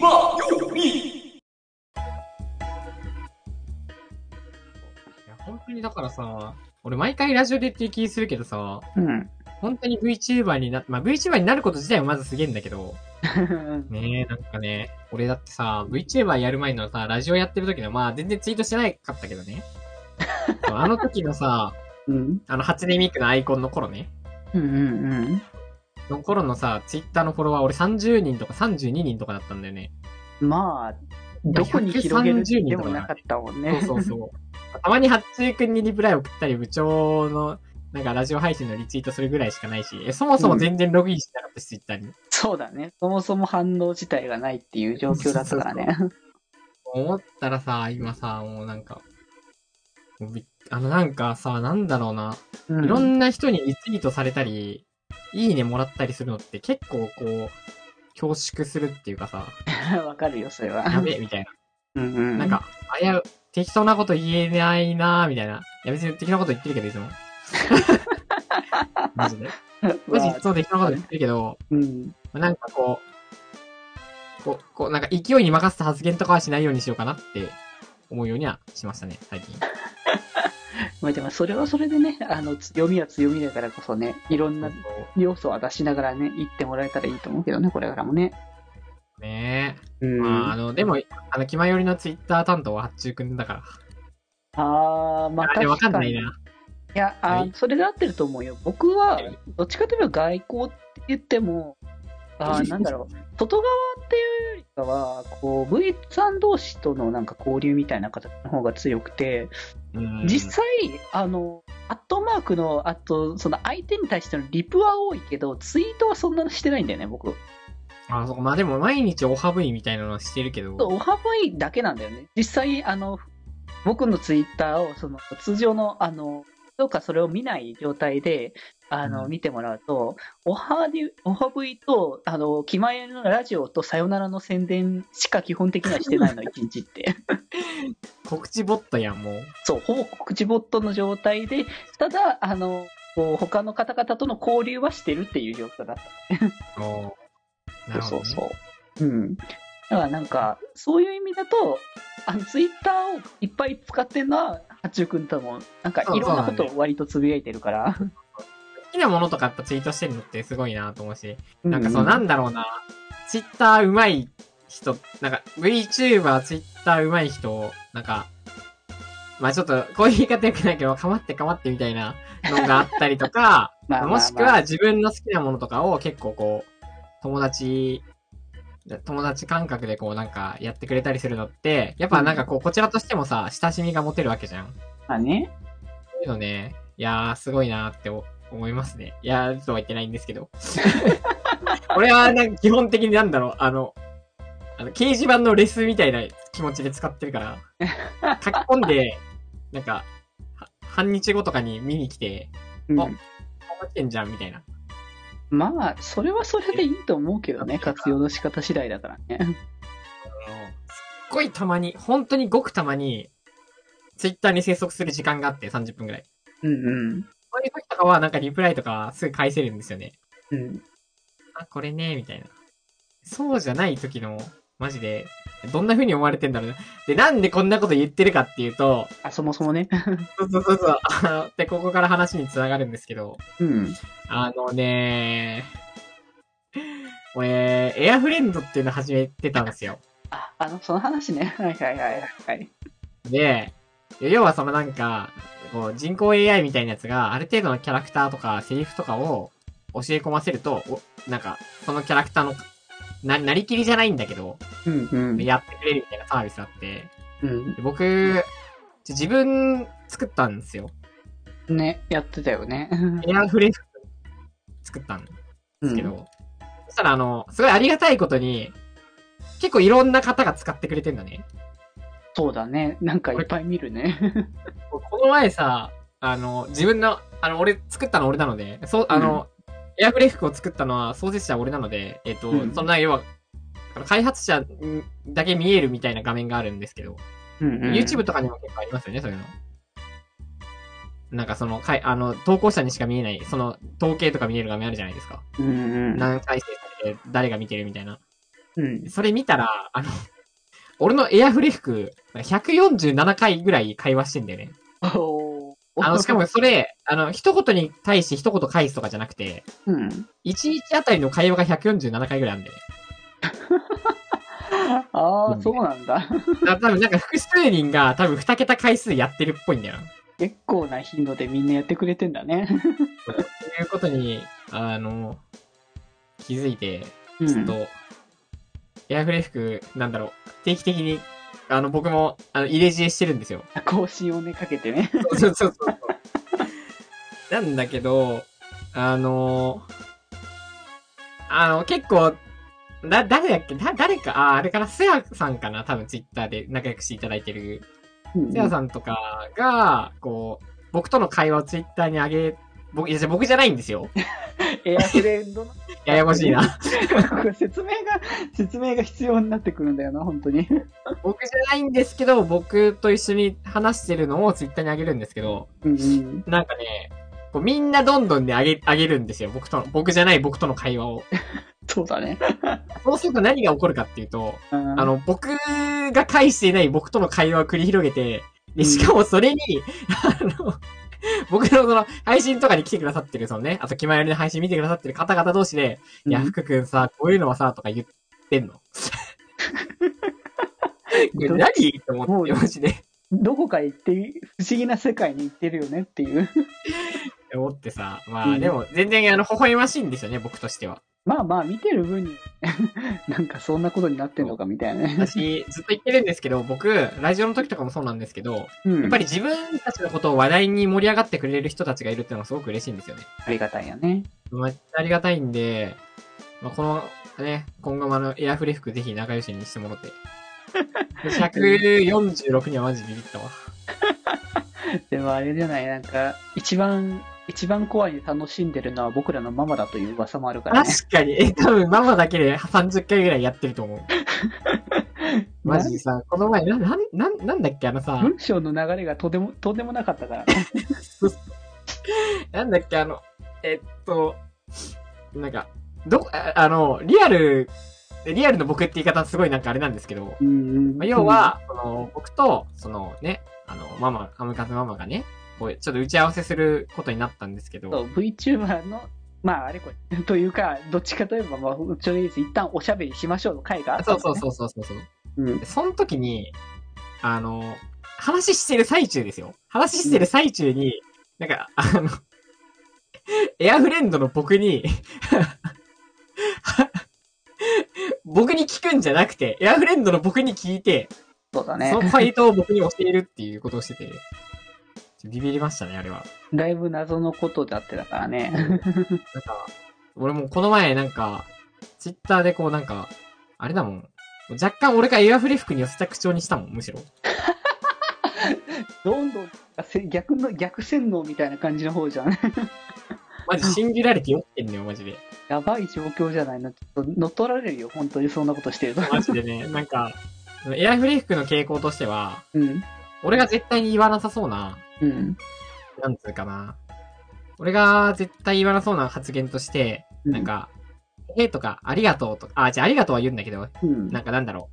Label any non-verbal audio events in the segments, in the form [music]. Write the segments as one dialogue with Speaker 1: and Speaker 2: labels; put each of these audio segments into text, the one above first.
Speaker 1: 马佑利。
Speaker 2: いや本当にだからさ、俺毎回ラジオでって気するけどさ、
Speaker 3: うん。
Speaker 2: 本当に VTuber にな、まあ VTuber になること自体もまずすげえんだけど、
Speaker 3: うん
Speaker 2: ねえ、なんかね、俺だってさ、VTuber やる前のさ、ラジオやってる時の、まあ全然ツイートしてなかったけど
Speaker 3: [laughs]
Speaker 2: ね。あの時のさ、
Speaker 3: うん
Speaker 2: あの初音ミクのアイコンの頃ね。
Speaker 3: うんうん。
Speaker 2: の頃のさ、ツイッターのフォロワー俺30人とか32人とかだったんだよね。
Speaker 3: まあ、どこに広げる
Speaker 2: 130
Speaker 3: でもなかったもん
Speaker 2: [laughs]
Speaker 3: ね。
Speaker 2: そうそうそう。たまにハッチー君にリプライ送ったり、部長の、なんかラジオ配信のリツイートするぐらいしかないし、えそもそも全然ログインしてなかったし、ツイッターに。
Speaker 3: [laughs] そうだね。そもそも反応自体がないっていう状況だったからね。
Speaker 2: 思ったらさ、今さ、もうなんか、もうびっあのなんかさ、なんだろうな、
Speaker 3: う
Speaker 2: いろんな人にリツイートされたり、いいねもらったりするのって結構こう、恐縮するっていうかさ、
Speaker 3: [laughs] わかるよ、それは。
Speaker 2: やべえみたいな。
Speaker 3: うんうん。
Speaker 2: なん、か、危う、適当なこと言えないなーみたいな。いや別に適当なこと言ってるけど、いつも。マジで。マジいつも適当なこと言ってるけど、
Speaker 3: うん。
Speaker 2: なんかこう、こう、こう、なんか勢いに任せた発言とかはしないようにしようかなって思うようにはしましたね、最近。
Speaker 3: まあでもそれはそれでね、あの、強みは強みだからこそね、いろんな要素は出しながらね、言ってもらえたらいいと思うけどね、これからもね。
Speaker 2: ね
Speaker 3: う
Speaker 2: え。
Speaker 3: ん。
Speaker 2: まあ、あ
Speaker 3: あ
Speaker 2: の、でも、あの、気前よりのツイッター担当は八中くんだから。
Speaker 3: あー、まあ、
Speaker 2: あれわかんない
Speaker 3: い
Speaker 2: な。
Speaker 3: や、あ
Speaker 2: はい
Speaker 3: ーそれで合ってると思うよ。僕は
Speaker 2: はい、
Speaker 3: どっちかというと外交って言っても、あーなんだろう、外側っていうよりかは、こう、V さん同士とのなんか交流みたいな形の方が強くて、
Speaker 2: うん
Speaker 3: 実際、あの、アットマークの、あと、その相手に対してのリプは多いけど、ツイートはそんなしてないんだよね、僕。
Speaker 2: あ、そうか。まあでも、毎日おはぶいみたいなのはしてるけど。
Speaker 3: おはぶいだけなんだよね。実際、あの、僕のツイッターを、その、通常の、あの、どうかそれを見ない状態で、あの、
Speaker 2: うん
Speaker 3: 見てもらうと、おはで、おはぶいと、あの、気前のラジオとさよならの宣伝しか基本的にはしてな
Speaker 2: [laughs]
Speaker 3: いの、一日って。
Speaker 2: 告知ボットやん、もう。
Speaker 3: そう、ほぼ口ボットの状態で、ただ、あの、こう他の方々との交流はしてるっていう状況だっ
Speaker 2: おー
Speaker 3: た。
Speaker 2: なるほど、ね。
Speaker 3: そうそうそう。うん。だからなんか、そういう意味だと、あの、ツイッターをいっぱい使ってんのは、八中くんとも、なんか
Speaker 2: そう
Speaker 3: いろんなことを割とつぶやいてるから。
Speaker 2: 好きなものとかやっぱツイートしてるのってすごいなと思うし、 [laughs] なんかそう、
Speaker 3: う
Speaker 2: なんんだろうな、ツイッター上手い人、なんか VTuber、ツイッター上手い人、なんか、まあちょっと、こういう言い方良くないけど、かまってかまってみたいなのがあったりとか、
Speaker 3: [laughs] まあまあまあ
Speaker 2: もしくは、自分の好きなものとかを結構こう、友達、友達感覚でこうなんかやってくれたりするのって、やっぱなんかこう、こちらとしてもさ、親しみが持てるわけじゃん。
Speaker 3: まあね。
Speaker 2: そういうのね、いやー、すごいなーってお思いますね。いやー、とは言ってないんですけど。俺は、なんか基本的になんだろう、あの、あの、掲示板のレスみたいな気持ちで使ってるから、書き込んで、なんか、は半日後とかに見に来て、
Speaker 3: うん
Speaker 2: あ頑張ってんじゃん、みたいな。
Speaker 3: まあ、それはそれでいいと思うけどね、活用の仕方次第だからね。
Speaker 2: あのすっごいたまに、本当にごくたまに、ツイッターに生息する時間があって、30分ぐらい。
Speaker 3: うんうん。
Speaker 2: そういう時とかは、なんかリプライとかすぐ返せるんですよね。
Speaker 3: うん。
Speaker 2: あ、これね、みたいな。そうじゃない時の、マジで、どんな風に思われてんだろうね。で、なんでこんなこと言ってるかっていうと、
Speaker 3: あ、そもそもね。
Speaker 2: そうそうそうそうあの。で、ここから話につながるんですけど、
Speaker 3: うん。
Speaker 2: あのね俺、エアフレンドっていうの始めてたんですよ。
Speaker 3: あ、あの、その話ね。はいはいはいはい。
Speaker 2: で、要はそのなんか、こう人工 AI みたいなやつがある程度のキャラクターとかセリフとかを教え込ませると、おなんか、そのキャラクターの、な、なりきりじゃないんだけど、
Speaker 3: うんうん。
Speaker 2: やってくれるみたいなサービスあって、
Speaker 3: うん。
Speaker 2: で僕、ちょ自分作ったんですよ。
Speaker 3: ね、やってたよね。
Speaker 2: エアフレーム作ったんで
Speaker 3: うん
Speaker 2: すけど、そしたらあの、すごいありがたいことに、結構いろんな方が使ってくれてんだね。
Speaker 3: そうだね。なんかいっぱい見るね。
Speaker 2: この前さ、あの、自分の、あの、俺、作ったの俺なので、そう、あの、エアフレフクを作ったのは創設者は俺なので、えっと、
Speaker 3: うん
Speaker 2: そんな、要は、あの開発者にだけ見えるみたいな画面があるんですけど、
Speaker 3: うんうん
Speaker 2: YouTube とかにも結構ありますよね、そういうの。なんかその、かいあの、投稿者にしか見えない、その、統計とか見える画面あるじゃないですか。
Speaker 3: うんうん。
Speaker 2: 何回生されて、誰が見てるみたいな。
Speaker 3: うん。
Speaker 2: それ見たら、あの、 [laughs] 俺のエアフレ服、147回ぐらい会話してんだよね。
Speaker 3: お
Speaker 2: あの、しかも、それ、あの、一言に対して一言返すとかじゃなくて、
Speaker 3: うん。
Speaker 2: 1日あたりの会話が147回ぐらいあるんだよね。
Speaker 3: あ
Speaker 2: う
Speaker 3: あ、
Speaker 2: ん
Speaker 3: そうなんだ。
Speaker 2: だ多分なんか複数人が多分2桁回数やってるっぽいんだよな。
Speaker 3: 結構な頻度でみんなやってくれてんだね。
Speaker 2: ということに、あの、気づいて、
Speaker 3: う
Speaker 2: ちょっ
Speaker 3: ん
Speaker 2: と、。エアフレ服、なんだろう、定期的に、あの、僕も、あの、入れ知恵してるんですよ。
Speaker 3: 更新をね、かけてね。
Speaker 2: そうそうそうそう。なんだけど、あのあの、結構、だ、誰だっけだ、誰か、あ、あれかな、スヤさんかな多分ツイッターで仲良くしていただいてる。
Speaker 3: うん
Speaker 2: スヤさんとかが、こう、僕との会話をツイッターに上げ、僕、いや、じゃあ僕じゃないんですよ。
Speaker 3: エアフレンドの。
Speaker 2: ややこしいな。
Speaker 3: これ説明が、説明が必要になってくるんだよな、本当に。
Speaker 2: 僕じゃないんですけど、僕と一緒に話してるのをツイッターにあげるんですけど、
Speaker 3: うんうん。
Speaker 2: なんかね、こうみんなどんどんであげ、あげるんですよ。僕との、僕じゃない僕との会話を。
Speaker 3: そうだね。
Speaker 2: そうすると何が起こるかっていうと、
Speaker 3: あ
Speaker 2: あ、の、僕が返していない僕との会話を繰り広げて、で、しかもそれに、あの、僕のその、配信とかに来てくださってる、そのね、あと、気前よりの配信見てくださってる方々同士で、
Speaker 3: うん
Speaker 2: いや、福くんさ、こういうのはさ、とか言って
Speaker 3: [laughs]
Speaker 2: んの。これ何って思って、マジで。
Speaker 3: どこか行って、不思議な世界に行ってるよねっていう。
Speaker 2: って思ってさ、ま
Speaker 3: う
Speaker 2: あ
Speaker 3: ん
Speaker 2: でも全然あの、微笑ましいんですよね、僕としては。
Speaker 3: まあまあ、見てる分に、なんかそんなことになってんのかみたいなね。
Speaker 2: 私、 [laughs] ずっと言ってるんですけど、僕、ラジオの時とかもそうなんですけど、
Speaker 3: うん。
Speaker 2: やっぱり自分たちのことを話題に盛り上がってくれる人たちがいるっていうのはすごく嬉しいんですよね。
Speaker 3: ありがたいよね。
Speaker 2: まあ、ありがたいんで、まあ、この、ね、今後もあの、エアフレ服ぜひ仲良しにしてもら [laughs] って。146にはマジビビったわ。
Speaker 3: でもあれじゃない、なんか、一番、一番怖いに楽しんでるのは僕らのママだという噂もあるからね。
Speaker 2: 確かに、え、多分ママだけで30回ぐらいやってると思う。マジでさ、この前、な、な、ななんだっけ、あのさ、
Speaker 3: 文章の流れがとでも、とんでもなかったからね。
Speaker 2: なんだっけ、あの、えっと、なんか、ど、ああの、リアル、リアルの僕って言い方すごいなんかあれなんですけど、
Speaker 3: うん
Speaker 2: まあ、要、は、その、僕と、そのね、あの、ママ、ハムカツママがね、こう、ちょっと打ち合わせすることになったんですけ
Speaker 3: そう
Speaker 2: ど、
Speaker 3: VTuber の、まああれこれ、というか、どっちかといえば、まあ、ちょいです一旦おしゃべりしましょうの回があった
Speaker 2: そ
Speaker 3: ん
Speaker 2: う
Speaker 3: だ
Speaker 2: そ
Speaker 3: ね、
Speaker 2: うそうそうそうそう。
Speaker 3: うん。
Speaker 2: でその時に、あの、話してる最中ですよ。話してる最中に、なんか、あの、 [laughs] エアフレンドの僕に、 [laughs] 僕に聞くんじゃなくて、エアフレンドの僕に聞いて、
Speaker 3: そうだね
Speaker 2: そ。のファイトを僕に教えるっていうことをしてて、ビビりましたね、あれは。
Speaker 3: だいぶ謎のことだってだからね。
Speaker 2: なんか、俺もこの前なんか、ツイッターでこうなんか、あれだもん。若干俺がエアフレ服に寄せた口調にしたもん、むしろ。
Speaker 3: どんどん、せ逆の、逆洗脳みたいな感じの方じゃん。 [laughs]
Speaker 2: マジシンギュラリティ持ってんのよ、マジで。
Speaker 3: やばい状況じゃないの。ちょっと乗っ取られるよ、本当にそんなことしてると。
Speaker 2: マジでね、 [laughs] なんか、エアフレ服の傾向としては、
Speaker 3: うん。
Speaker 2: 俺が絶対に言わなさそうな、
Speaker 3: うん。
Speaker 2: なんつうかな。俺が絶対言わなそうな発言として、なん、か、えーとか、ありがとうとか、あ、じゃあありがとうは言うんだけど、
Speaker 3: うん。
Speaker 2: なんかなんだろ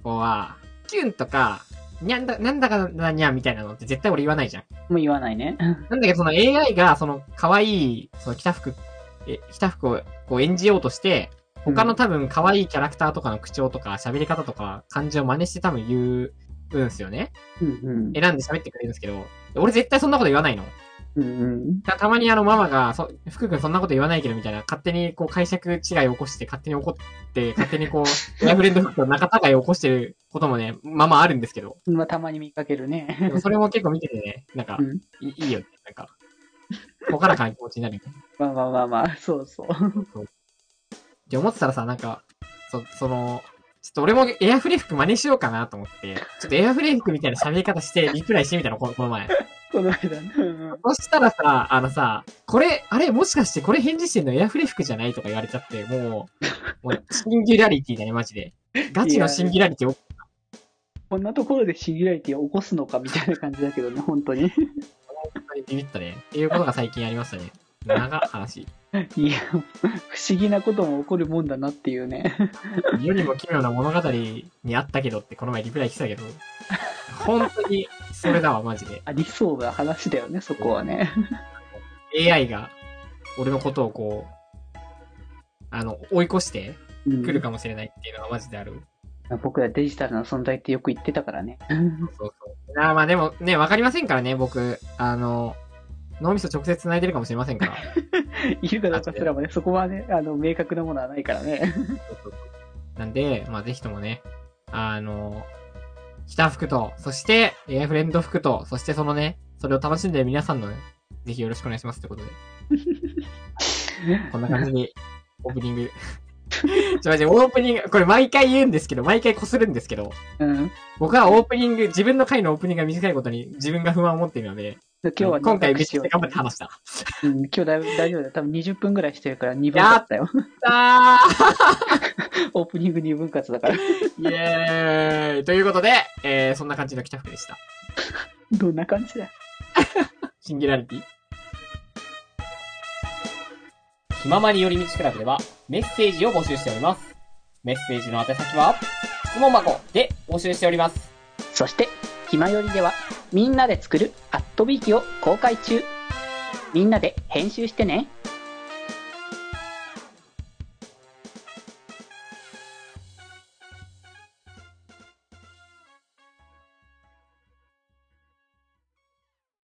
Speaker 2: う。こうは、キュンとか、にゃんだ、なんだかなにゃんみたいなのって絶対俺言わないじゃん。
Speaker 3: もう言わないね。
Speaker 2: なんだけど、その AI が、その、可愛い、その、着た服、え、着た服を、こう、演じようとして、他の多分、可愛いキャラクターとかの口調とか、喋り方とか、感じを真似して多分言うんですよね。
Speaker 3: うんうん。
Speaker 2: 選んで喋ってくれるんですけど、俺絶対そんなこと言わないの。
Speaker 3: うんうん。
Speaker 2: たたまにあの、ママが、そ、福君そんなこと言わないけど、みたいな、勝手にこう、解釈違いを起こして、勝手に怒って、勝手にこう、エアフレンド服と仲違いを起こしてることもね、まあまああるんですけど、
Speaker 3: まあ、たまに見かけるね。 [laughs]
Speaker 2: でもそれも結構見ててね、なんか、
Speaker 3: うん
Speaker 2: いいいよね、なんか、ほからかな気持ちになるみたいな。
Speaker 3: まあまあまあまあ、そうそう。
Speaker 2: って思ってたらさ、なんか、そ、その、ちょっと俺もエアフレ服真似しようかなと思って、ちょっとエアフレ服みたいな喋り方してリプライしてみたの、この [laughs] この前。
Speaker 3: この間ね。うんうん
Speaker 2: そしたらさ、あのさ、これ、あれ、もしかしてこれ返事してんのエアフレ服じゃないとか言われちゃって、もう、もうシンギュラリティだね、マジで。ガチのシンギュラリティを、
Speaker 3: こんなところでシンギュラリティを起こすのかみたいな感じだけどね、本当に。
Speaker 2: 本当にビビったね。っていうことが最近ありましたね。長話。
Speaker 3: いや、不思議なことも起こるもんだなっていうね。
Speaker 2: 世にも奇妙な物語にあったけどって、この前リプライ来てたけど、本当にそれだわ、マジで。
Speaker 3: ありそうな話だよね、そこはね。
Speaker 2: AI が、俺のことをこう、あの、追い越して
Speaker 3: うん
Speaker 2: くるかもしれないっていうのがマジである。
Speaker 3: 僕らデジタルな存在ってよく言ってたからね。
Speaker 2: そうそう。あーまあでもね、わかりませんからね、僕。あの、脳みそ直接繋いでるかもしれませんから。
Speaker 3: いるかどうかすらもね、そこはね、あの、明確なものはないからね。
Speaker 2: なんで、まあぜひともね、あの、着た服と、そして、エアフレンド服と、そしてそのね、それを楽しんでる皆さんのね、ぜひよろしくお願いしますってことで。こんな感じに、オープニング。 [laughs] ちょ、マジでオープニング、これ毎回言うんですけど、毎回こするんですけど、
Speaker 3: うん。
Speaker 2: 僕はオープニング、自分の回のオープニングが短いことに自分が不満を持っているので、
Speaker 3: 今日はね
Speaker 2: 今回めっ
Speaker 3: 私
Speaker 2: ちゃ
Speaker 3: を
Speaker 2: 頑張って話した。
Speaker 3: [laughs] うん、今日だいぶ大丈夫だよ。多分20分ぐらいしてるから2分割だよ。
Speaker 2: あ
Speaker 3: オープニング2分割だから。
Speaker 2: ーイエーイということで、えー、そんな感じの着た服でした。
Speaker 3: [laughs] どんな感じだよ。
Speaker 2: シンギュラリティ気ままに寄り道クラブではメッセージを募集しております。メッセージの宛先は、質問箱で募集しております。
Speaker 3: そして、ひまよりでは、みんなで作るアットビーキを公開中。みんなで編集してね。